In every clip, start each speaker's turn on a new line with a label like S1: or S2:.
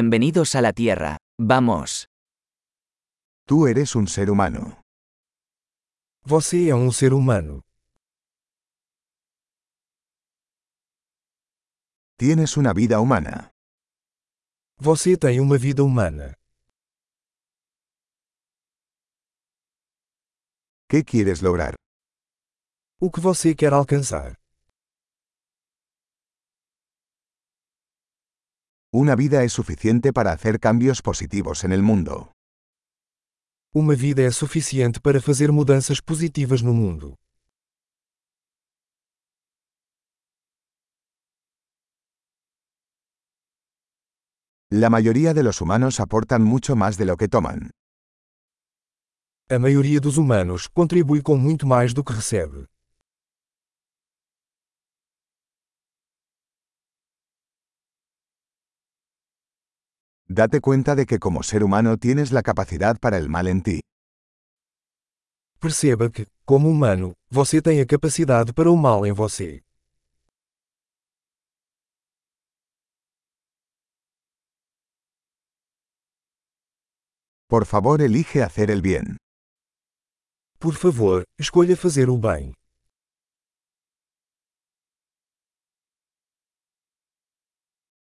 S1: Bienvenidos a la Tierra. Vamos.
S2: Tú eres un ser humano.
S3: Você é um ser humano.
S2: Tienes una vida humana.
S3: Você tem uma vida humana.
S2: ¿Qué quieres lograr?
S3: O que você quer alcançar?
S2: Una vida es suficiente para hacer cambios positivos en el mundo.
S3: Uma vida é suficiente para fazer mudanças positivas no mundo.
S2: La mayoría de los humanos aportan mucho más de lo que toman.
S3: A maioria dos humanos contribui com muito mais do que recebe.
S2: Date cuenta de que como ser humano tienes la capacidad para el mal en ti.
S3: Perceba que, como humano, você tem a capacidade para o mal em você.
S2: Por favor, elige hacer el bien.
S3: Por favor, escolha fazer o bem.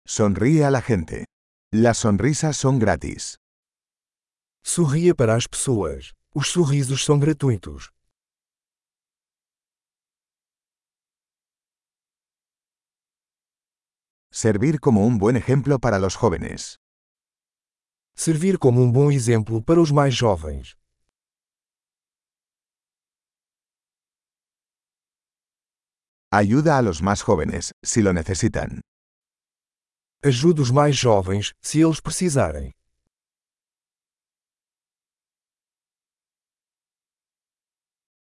S2: Sonríe a la gente. Las sonrisas son gratis.
S3: Sorria para as pessoas. Os sorrisos são gratuitos.
S2: Servir como un buen ejemplo para los jóvenes.
S3: Servir como um bom exemplo para os mais jovens.
S2: Ayuda a los más jóvenes, si lo necesitan.
S3: Ajude os mais jovens, se eles precisarem.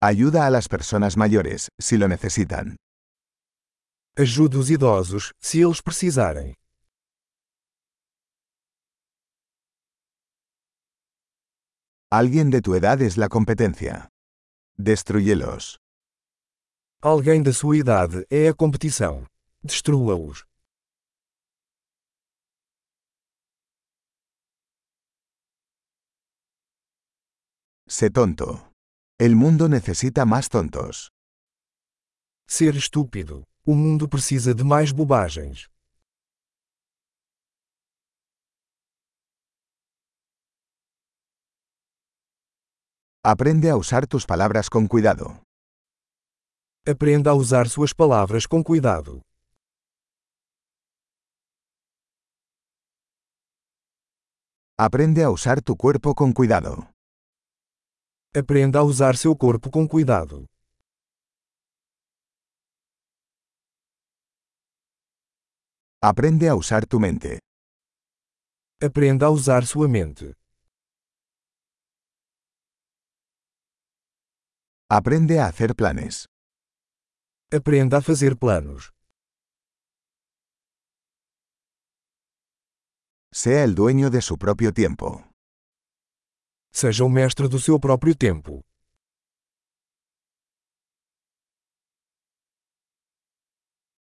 S2: Ayuda a las personas mayores, si lo necesitan.
S3: Ajude os idosos, se eles precisarem.
S2: Alguien de tu edad es la competencia. Destruyelos.
S3: Alguém da sua idade é a competição. Destrua-os.
S2: Sé tonto. El mundo necesita más tontos.
S3: Ser estúpido. O mundo precisa de mais bobagens.
S2: Aprende a usar tus palabras con cuidado.
S3: Aprenda a usar suas palavras com cuidado.
S2: Aprende a usar tu cuerpo con cuidado.
S3: Aprenda a usar seu corpo com cuidado.
S2: Aprende a usar tu mente.
S3: Aprenda a usar sua mente.
S2: Aprende a hacer planes.
S3: Aprenda a fazer planos.
S2: Sea el dueño de su propio tiempo.
S3: Seja o mestre do seu próprio tempo.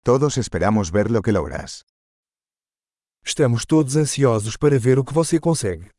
S2: Todos esperamos ver lo que logras.
S3: Estamos todos ansiosos para ver o que você consegue.